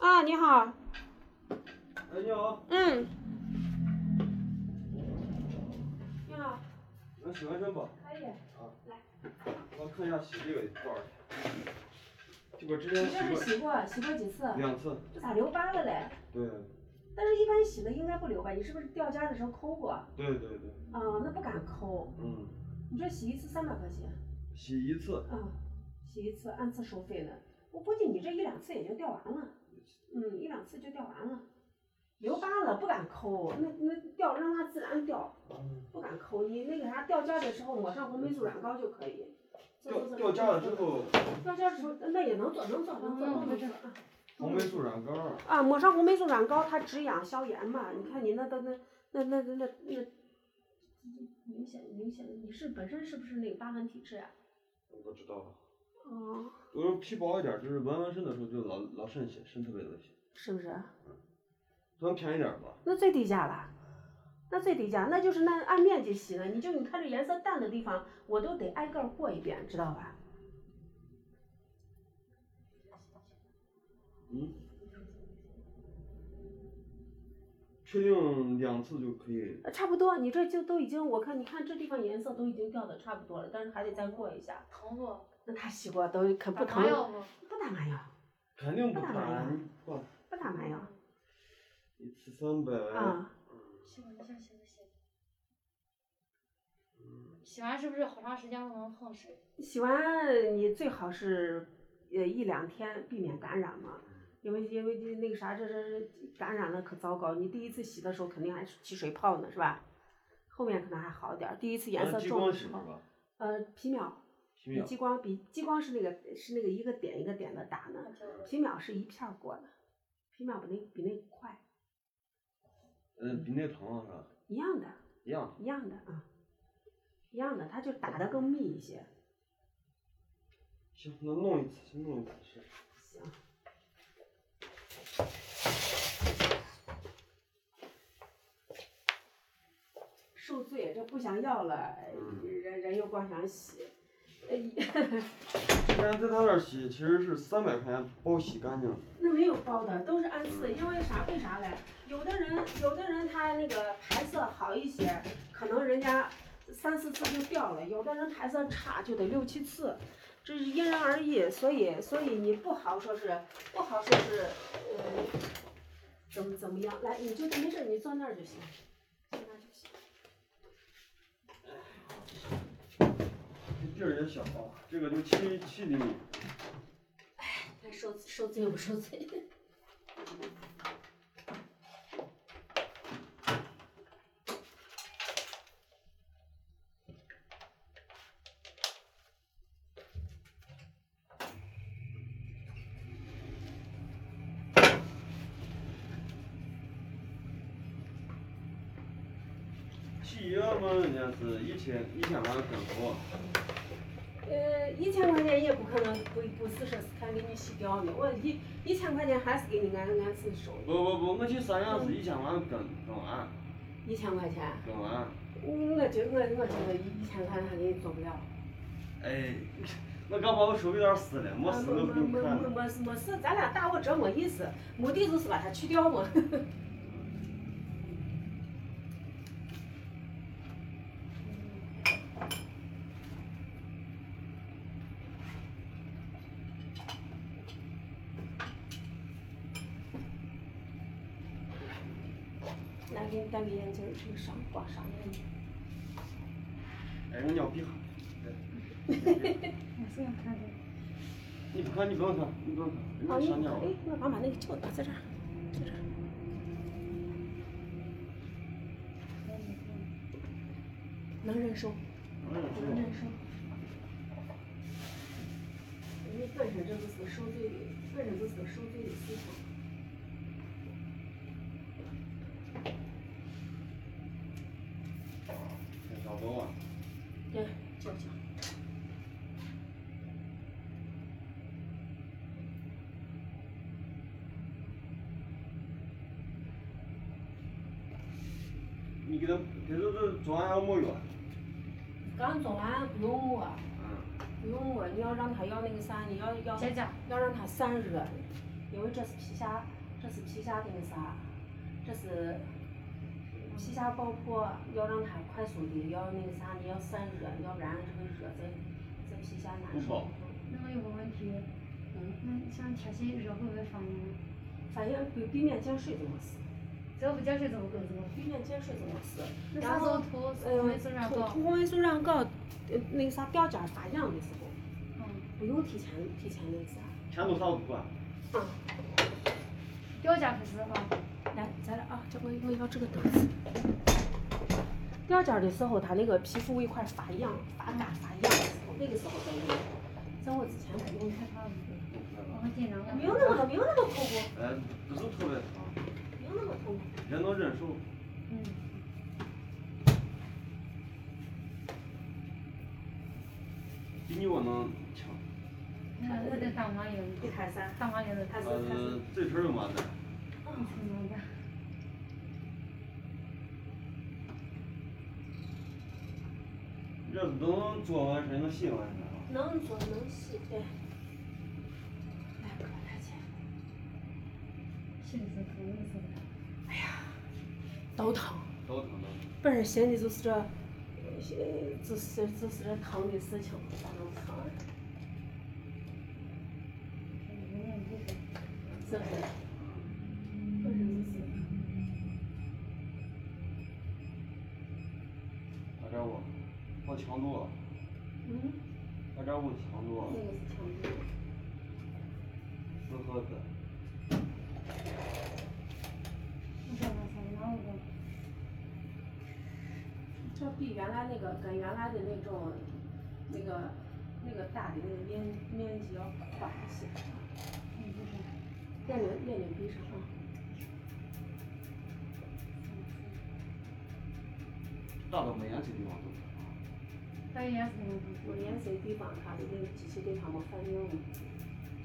啊，你好，哎，你好，嗯。你好，能洗完身不？可以。我看一下洗这个多少钱。这个之你前这是洗洗过，洗过几次？过两次，这咋留疤了嘞？对，但是一般洗了应该不留吧？你是不是掉痂的时候抠过？啊、对对对，那不敢抠。嗯，你这洗一次三百块钱，洗一次，啊，洗一次按次收费呢。我估计你这一两次也就掉完了，嗯，一两次就掉完了。留疤了不敢抠，那那掉让它自然掉，不敢抠。你那个啥掉痂的时候抹上红霉素软膏就可以。掉掉痂了之，后，掉痂的时候那也能做，能做，能做，能做啊。红霉素软膏儿，啊，抹上红霉素软膏，它止痒消炎嘛。你看你那都那那那那那那，明显明显，你是本身是不是那个疤痕体质呀、我不知道，哦，有时候皮薄一点儿，就是纹完身的时候就老老渗血，渗特别多血，是不是？能便宜点儿吧？那最低价了，那最低价，那就是那按面积洗的。你就你看这颜色淡的地方，我都得挨个儿过一遍，知道吧？嗯，确定两次就可以，呃差不多，你这就都已经，我看你看这地方颜色都已经掉的差不多了，但是还得再过一下。疼不？那他洗过都可打不疼麻，药吗？不打麻药，肯定不不打麻打，药你挂不打麻药一次三百，啊。行，一下行了行。洗完是不是好长时间不能碰水？洗完你最好是呃一两天，避免感染嘛，嗯因为因为这那个啥，这这这感染了可糟糕。你第一次洗的时候肯定还是起水泡呢，是吧？后面可能还好点儿，第一次颜按色激重光的洗时是候，吧？呃，皮秒皮比秒，激光比激光是那个是那个一个点一个点的打呢，皮秒是一片儿过的，皮秒比那比那快，嗯，比那疼啊是吧？一样的，一样，一样的啊，一样的，它就打的更密一些。行，那弄一次，先弄一次试。行。受罪，这不想要了，人人又光想洗，哎，之前在他那儿洗其实是三百块钱包洗干净，那没有包的，都是按次，因为啥？为啥嘞？有的人，有的人他那个排色好一些，可能人家三四次就掉了；有的人排色差，就得六七次，这是因人而异。所以，所以你不好说是，不好说是，呃，怎么怎么样？来，你就没事，你坐那儿就行，坐那儿就行。这地儿也小，啊这个就七七厘米，受受罪不受罪？洗一个嘛人家是一千一千还是更多，呃，一千块钱也不可能不不四十看给你洗掉呢，我一一千块钱还是给你按按次收不不不，我去三亚是一千万更更完一千块钱。更完，我觉我我觉得一千块钱给你做不了。哎， 我刚把我手有点湿了，没湿我没不用没看啊没了。没事没事，咱俩打过折没意思，目的就是把它去掉嘛。来，给你戴个眼镜儿，这个伤光伤眼睛。哎，我尿闭哈，我这样看的。你不看你不用看，你不用看，你哦，那你啥尿啊哎，我刚把那个球打在这儿，在这儿。能忍受。嗯，哎因为本身这就是个受罪的，本身就是个受罪的事情。这老多啊，对，就这样。你给他给他这昨晚还没啊药，刚做完不用抹，嗯，不用抹，你要让它要那个啥，你要要姐姐，要让它散热，因为这是皮下这是皮下的啥，这是皮下爆破，要让它快速的要那个啥，你要散热，要不然这个热在在皮下难不受好。那我有个问题，嗯，那像铁线热会不会反应？反正比避免见水怎么死，只要不加水怎么会做？避免见水怎么死。那然啥时后候涂呃涂维素染涂膏？涂红霉素软膏，呃，那个啥掉痂发痒的时候，嗯，不用提前提前那个啥。全都上不管。掉价可是啊，来，咱俩啊，这我我要这个凳子。掉尖儿的时候，它那个皮肤一块儿发痒、发干、发痒的时候，那个时候再用。在我之前不用，害怕了，嗯我好紧张啊。没有那么没有那么痛苦，哎，不是特别疼，没有那么痛苦。人能忍受。嗯，比你我能强。那我得打麻药，你看啥？打麻药的，它是它是呃，嘴唇有麻的，你挺能的。嗯这能做完事，能洗完事啊。能做能洗，对。来，哥来去。是不是可能是的？都疼。都疼的。本身寻的就是这，呃，就是就是这疼的事情，咋能疼？有点不舒服。是不是？本身就是。二点五，我强度了，嗯，二点五强度那了，个是强度。四盒子。我找我操，然后我这比原来那个跟原来的那种，那个那个大的那个面面积要宽一些。挺不舒服。眼睛眼睛闭上啊。大到没眼睛地方都疼啊。大爷是能不有舒颜色地方，它的那个机器对它没反应了，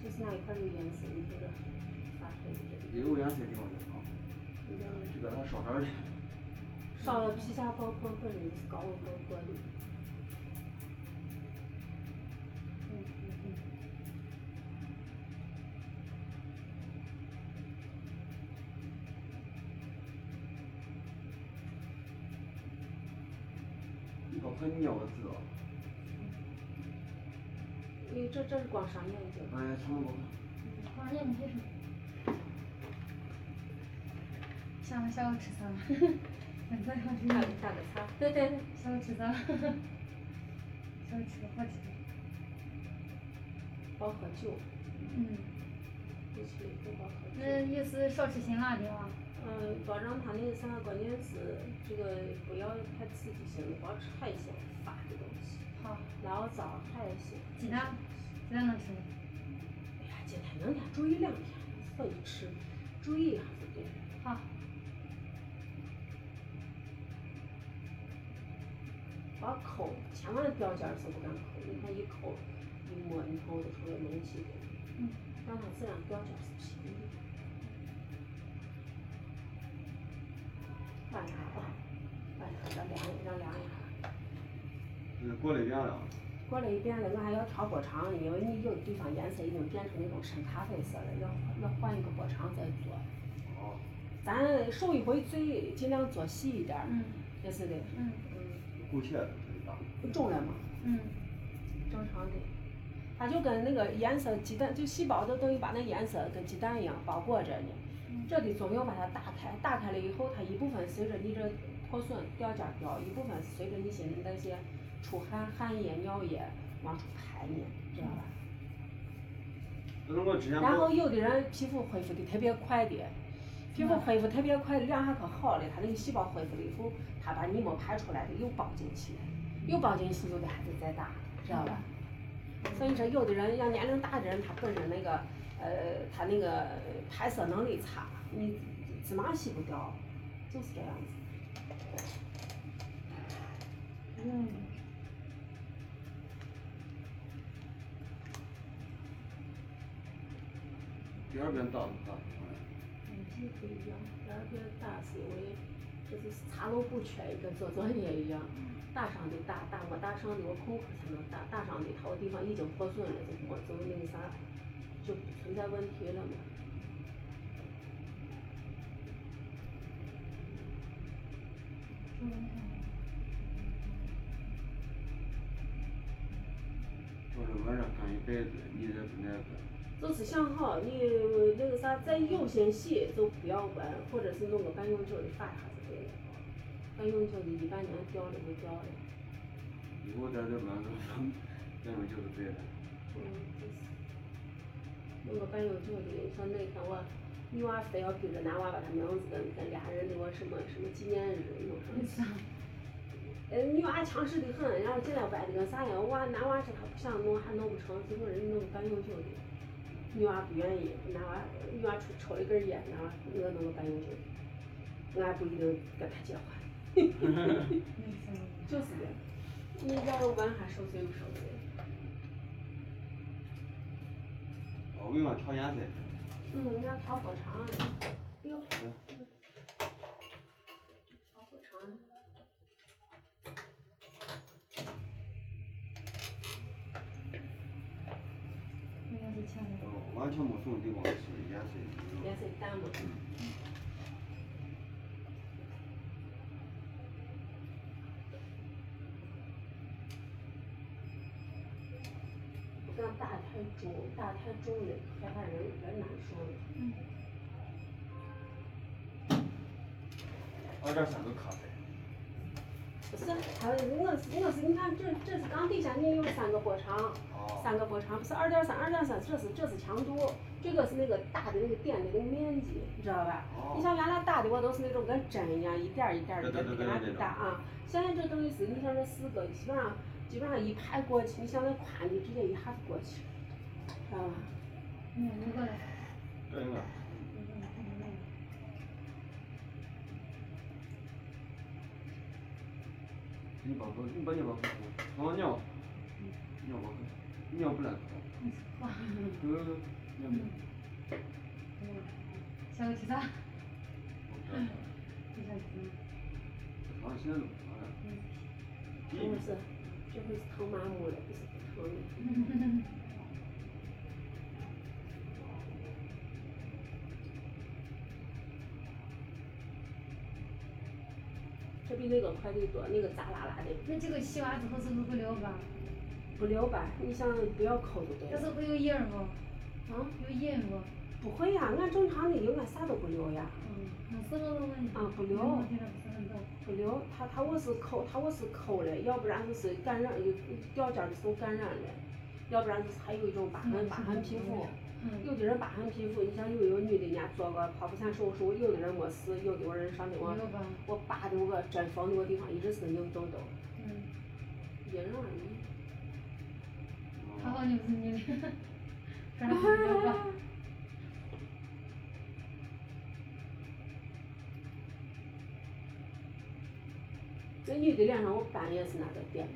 就是那一块有颜色，你这个发黑的这里，也有眼睛地方就疼，你知道吗？这个还少点儿的。少了皮下爆破本人是高温爆破的，服。你搞喷尿了知道？因为这这是光伤眼睛。哎呀，什么都关键你这是。下午下午吃啥？晚上要吃打啥个？打个叉，对对对，下午吃啥？下午吃个好吃的。包喝酒，嗯，尤其不包喝酒。那意思少吃辛辣的啊。嗯，保证他那个啥，关键是这个不要太刺激性的，不要吃海鲜发的东西，好，老早海鲜。鸡蛋，鸡蛋能吃吗？哎呀，今天能天注意两天，所以吃，注意一下是对。好。不要抠，千万不要尖儿时候不敢抠，你看一抠，一摸你看我都出来脓气的。嗯。让它自然掉尖儿是平的。晚上吧，晚上让凉，让凉一下。是嗯过了一遍了。过了一遍了，我还要调波长，因为你有的地方颜色已经变成那种深咖啡色了，要要换一个波长再做。哦。咱受一回罪，尽量做细一点儿，嗯也是的。嗯嗯，姑且这大。重了嘛，嗯，正常的。它就跟那个颜色鸡蛋，就细胞就等于把那颜色跟鸡蛋一样包裹着呢。这里总要把它打开，打开了以后，它一部分随着你这破损掉尖儿掉，一部分随着你新陈代谢出汗汗液尿液往出排呢，知道吧？那我之前然后不有的人皮肤恢复的特别快的，皮肤恢复特别快的，两下可好了，他那个细胞恢复了以后，他把你没排出来的又包进去了，又包进去，有的还得再打，知道吧？所以说，有的人要年龄大的人，他本身那个呃，他那个排摄能力差，你芝麻洗不掉，就是这样子。嗯，第二遍打了打。这不一样，然后别打是因为就是查漏补缺一个，做作业一样。打上的打打没打上的，我空空才能打，打上的它我地方已经破损了，就没就那个啥，就不存在问题了嘛。对对，你这不那个，就是想好你那个啥，再有些细就不要纹，或者是弄个半永久的发一下子可以了。半永久的一半年掉了就掉了。以后咱这门口那种就是对了。嗯，就是弄个半永久的，像那天我女娃非要逼着男娃把她名字跟跟俩人那个什么什么纪念日弄上 去。呃，女娃强势的很，然后进来歪的跟啥样？娃男娃说他不想弄，还弄不成，最后人家弄个半永久的。女娃不愿意，男娃女娃抽抽了根烟，男娃我弄个半永久的，俺不一定跟他结婚，就是的。你要问还受罪不受罪？我给我调颜色。嗯，人家调火肠，哎呦，嗯调火肠。那是呛的。哦完全没什么地方是颜色。颜色淡嘛。不敢打太重，打太重了，害怕人人难受了。二点三个咖啡。不是，还有我是我是，你看这这是刚底下你有三个波长，哦。三个波长不是二点三二点三，这是这是强度，这个是那个打的那个点的那个面积，你知道吧？你哦。像原来打的我都是那种跟针一样，一点儿一点儿的对对对跟跟那对对比打啊。现在这东西是，你像这四个，基本上基本上一排过去，你像那宽的直接一下子过去，知道吧？嗯，如果来，这应该。你把包，你把你包包，我尿，嗯尿包，尿不来。哇，嗯，尿不来。嗯下个吃啥？我这。你想吃？好像现在都不了。这会是这会是疼麻木了，不是不疼了。这比那个快得多，那个杂啦啦的 那这个洗完之后是不是会留疤？不留吧？你像不要抠就对但了。是会有印儿不？啊，有印儿不？不会呀、俺正常的有，俺啥都不留呀，嗯，我是这个问题。啊不留我现在不是很懂。不留。他他我是抠，他我是抠了，要不然就是感染，有掉尖儿的时候感染了，要不然就是还有一种疤痕，疤痕皮肤。嗯，有的人疤痕皮肤，你像又有女的，人家做个剖腹产手术，有的人没事，有的人上的我留疤。我疤的我针缝的我地方一直是硬痘痘， 嗯，因人而异。还好你不是女的， 不然 会留疤。那女的脸上我斑也是拿的点，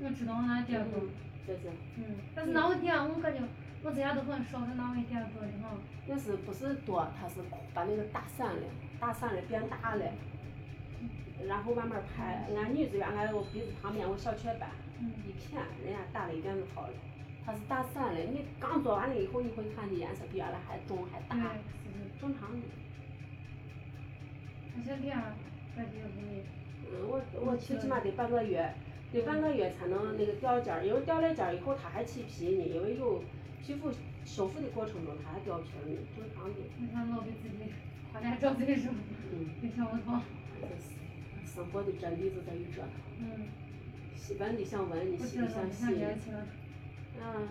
我知道我哪点过。这是，嗯，但是拿我点，我感觉我之前都很少，他拿我点多的哈。那是不是多？它是把那个打散了，打散了变大了，然后慢慢排。俺女子原来我鼻子旁边我小雀斑嗯一片，人家打了一遍就好了。它是打散了，你刚做完了以后，你会看你颜色比原来还重还对，大，是的。正常的。他这点儿感觉不对。嗯，我我最起码得半个月，得半个月才能那个掉尖儿，因为掉了尖儿以后它还起皮呢，因为有皮肤修复的过程中它还掉皮儿呢，正常的。你看老给自己 夸点照罪受，嗯，给小我操。这是生活的真谛就在于这，嗯，喜闻的想闻，你不喜知里道，想不想喜年。轻。嗯，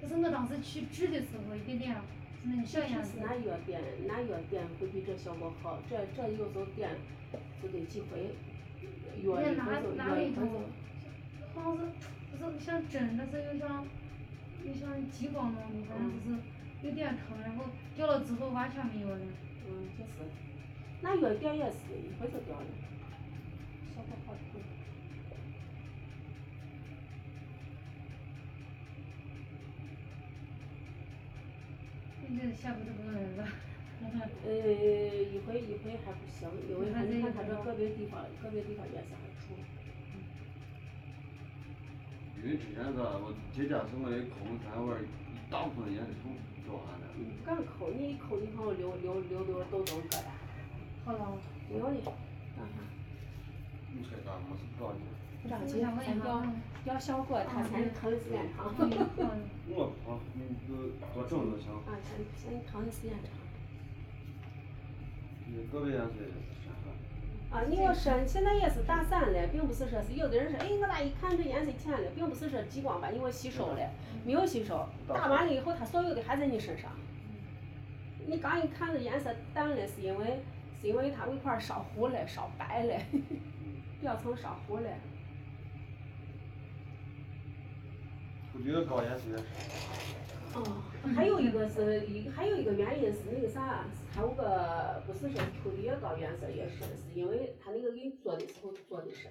可是我当时去治的时候，一个点儿是那个小确眼实子。拿药点，拿药点会比这效果好，这这有时候点就得几回，药人一家回拿就拿药了一一回种就。，好像是不是像针，但是又像又像激光那种，反正就是有点疼，然后掉了之后完全没有了。嗯，就是，那药店也是一会就掉了，效果好多。那这下不就不能了。 呃，一回一回还不行，因为你它看你这哦看个它这地方个别地方，个别地方颜色还出。因为之前个啊我姐姐送我的口红三味儿，一大部分人都做完了。你不敢抠，你一抠你看我留留留留痘痘疙瘩，好了，没有呢。你猜咋没事搞呢？不我着急，想问咱一掉下，呃要消过它才能扛时间长。嗯嗯我靠，那个多挣多强，啊，先先扛时间长。你个别也是啥啥。啊，你要说现在也是大三了，并不是说是有的人说，哎，我咋一看这颜色浅了，并不是说激光把你我吸收了，没有吸收，打完了以后，它所有的还在你身上。你刚一看这颜色淡了，是因为是因为它那块儿烧糊 了，烧白了，表层烧糊了。我觉得高颜值，哦，还有一个是一，还有一个原因是那个啥，还有个不是说涂的越高颜色越深，是因为他那个给你做的时候做的深。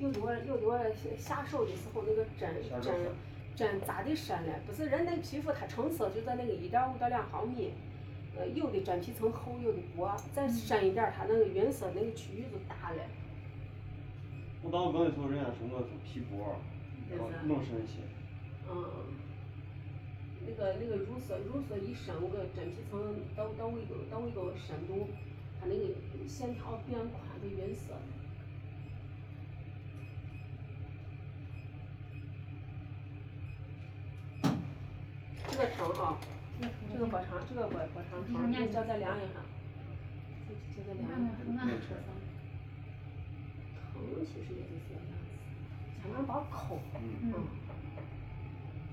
有多有多下手的时候那个针下手针深针扎的深了，不是人的皮肤它成色就在那个一点五到两毫米，呃，有的真皮层厚，有的薄，再深一点儿它那个匀色那个区域就大了。我当兵的时候，人家说我是皮薄，对搞吧弄神些。嗯，那个那个入色入色一深，我个真皮层到到一个到一个深度，它那个哦线条变宽就匀色了。这个长啊，这个薄长，这个薄薄长长，你叫再量一下，叫再量一下。嗯嗯长其实也就这样子，千万别抠。嗯，嗯，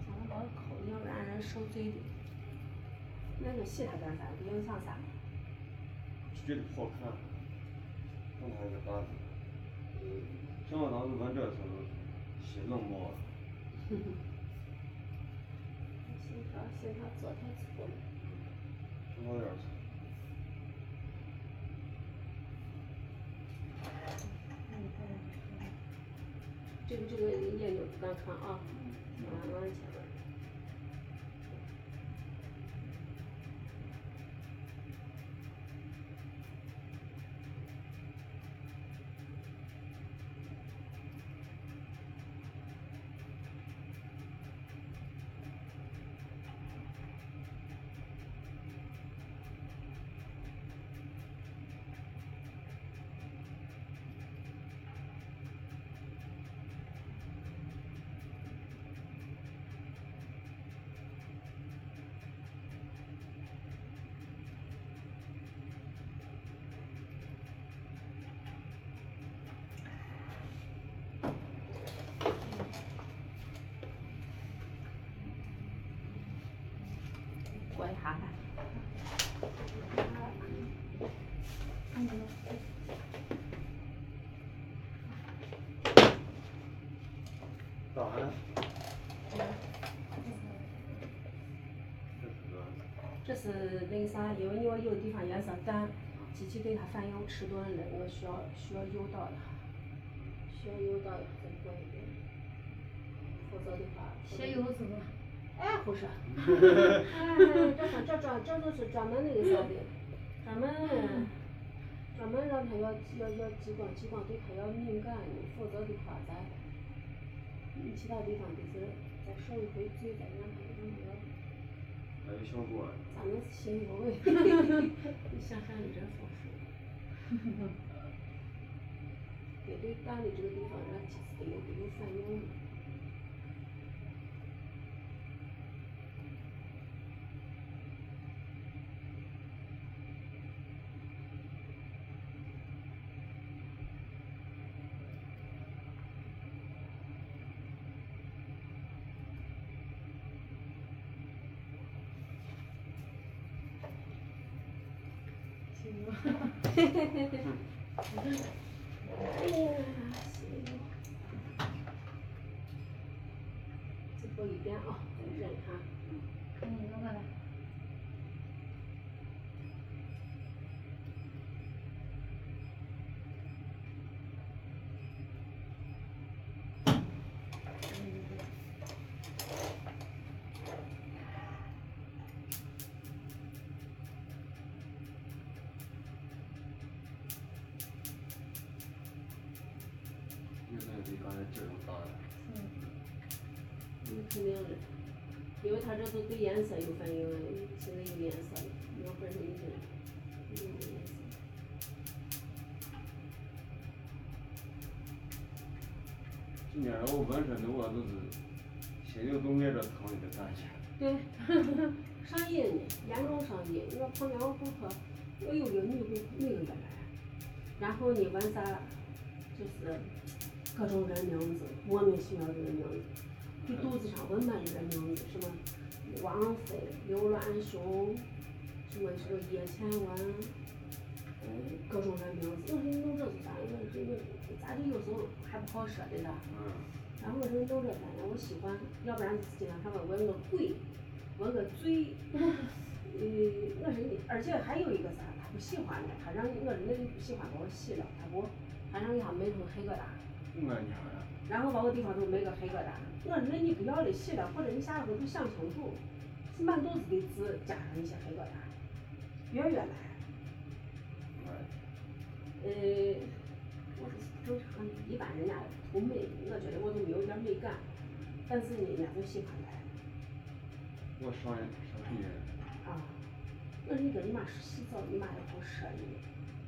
想着把它口，要不然人受罪的。那个戏它干啥？不影响啥？就觉得不好看，弄他一个办法。像我当时玩这时候，是冷漠了。线条线条做太粗了。有点儿粗。这个这个研究不敢看啊，慢慢切吧。过一下吧。咋了？这是个。这是那个啥，因为你要有的地方颜色淡，机器对它反应迟钝了，我需要需要诱导一下，需要诱导一下再过一遍，否则的话。否则鞋油子吧，哎，不是，哎，这是这专这就是专门那个啥的，专门专门让他要要要激光，激光对他要敏感，否则的话咱，嗯，其他地方就是再受一回罪，再让他让还他要，有效果。咱们心有味。你想想你真丰富。给 对大理这个地方让其子有有反应了。行吧。哎呀，行。最后一遍啊，再忍一下。嗯，那个来。越来越刚才劲儿大了。嗯，肯定的，因为他这都对颜色有反应了，现在有颜色了，你要不然就嗯已经有颜色了。今年我纹身的我都是心里都挨着疼的感觉。 对，上瘾的，严重上瘾。你说碰见个顾客，哎呦呦，你会你应该来。然后你问啥，就是各种人名字，莫名其妙的人名字，就肚子上纹满了人名字，什么王菲、刘銮雄，什么什么叶倩文，嗯，各种人名字。我说你弄这做啥？我说这个咱这有时候还不好说的了。嗯，然后我说都这反正我喜欢，要不然尽量上面纹个贵，纹个嘴，嗯，我人家，而且还有一个啥，他不喜欢的，他让我人家就不喜欢给我洗了，他给我，他让他眉头黑疙瘩，我娘呀！然后把我地方都没个黑疙瘩，我说那你不要了洗了，或者你下回就想清楚，是满肚子的痣加上一些黑疙瘩，远远来，哎，呃，我是正常一般人家图美，我觉得我都没有点美感，但是呢，人家就喜欢来。我上一上一年，啊，那那个你妈洗澡，你妈也好说你，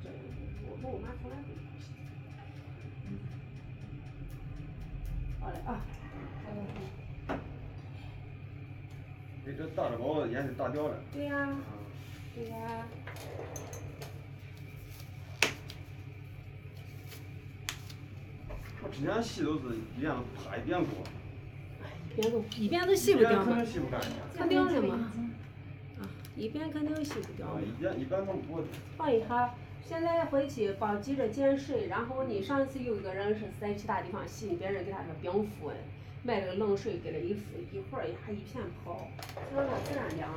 这我跟我妈从来不一洗澡。好嘞啊，哎，这打着把我眼睛打掉了。对呀、嗯，对呀、我之前洗都是一遍啪一遍过，一边都一边都洗一不遍掉可嘛能，洗不干净。肯定的嘛，啊，一边肯定洗不掉啊嘛。，一遍一遍弄不过的。放一下，现在回去保急着见水，然后你上次有一个人是在其他地方洗，别人给他说冰敷，买了个冷水给了一敷，一会儿一下一片泡，让它自然凉。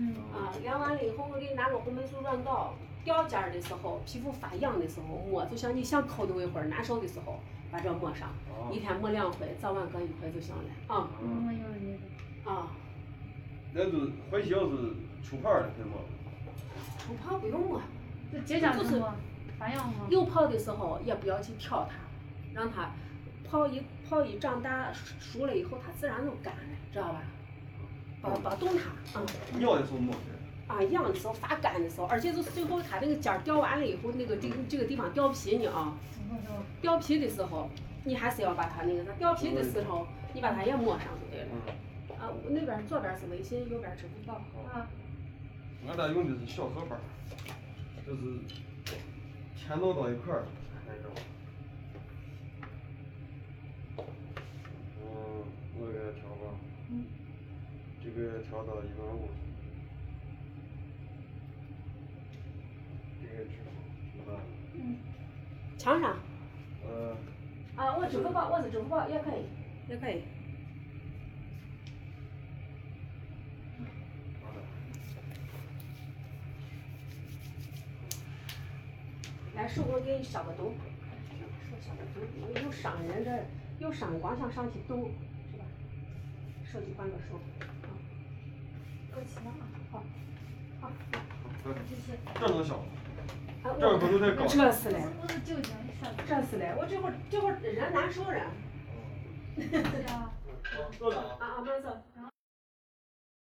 嗯，啊，量完了以后，我给你拿个红霉素软膏，掉尖儿的时候，皮肤发痒的时候抹，就像你想抠的一会儿难受的时候，把这抹上，啊一，天抹两回，早晚各一回就行了。啊那嗯，么有意思。啊，那就回去要是出泡了，对吗？出泡不用抹，这结痂疼吗？发痒吗？有泡的时候也不要去挑它，让它泡一泡一长大熟熟了以后，它自然就干了，知道吧？别嗯别动它，啊、尿的时候抹的。啊，痒的时候发干的时候，而且就是最后它这个尖儿掉完了以后，那个这个这个地方掉皮呢啊。掉皮的时候，你还是要把它那个啥，掉皮的时候，你把它也抹上就对了。嗯，啊，我那边左边是微信，右边支付宝。啊，俺俩用的是小荷包，就是钱弄到一块儿那种。嗯，我给它调吧。嗯。这个调到一万五。这个支付怎么办？嗯，墙上呃，啊，我支付宝，我是支付宝也可以，也可以。好的。来，手我给你消个毒。手消个毒，我又伤人这，又伤光想上去动，是吧？手机换个手。够齐了啊，好，好，这些。这能小？好。啊，这个我不是太高。这是嘞，我是九斤，啥子？这是嘞，我嗯这会儿这会儿人难受了。啊，够了啊。啊啊，慢走。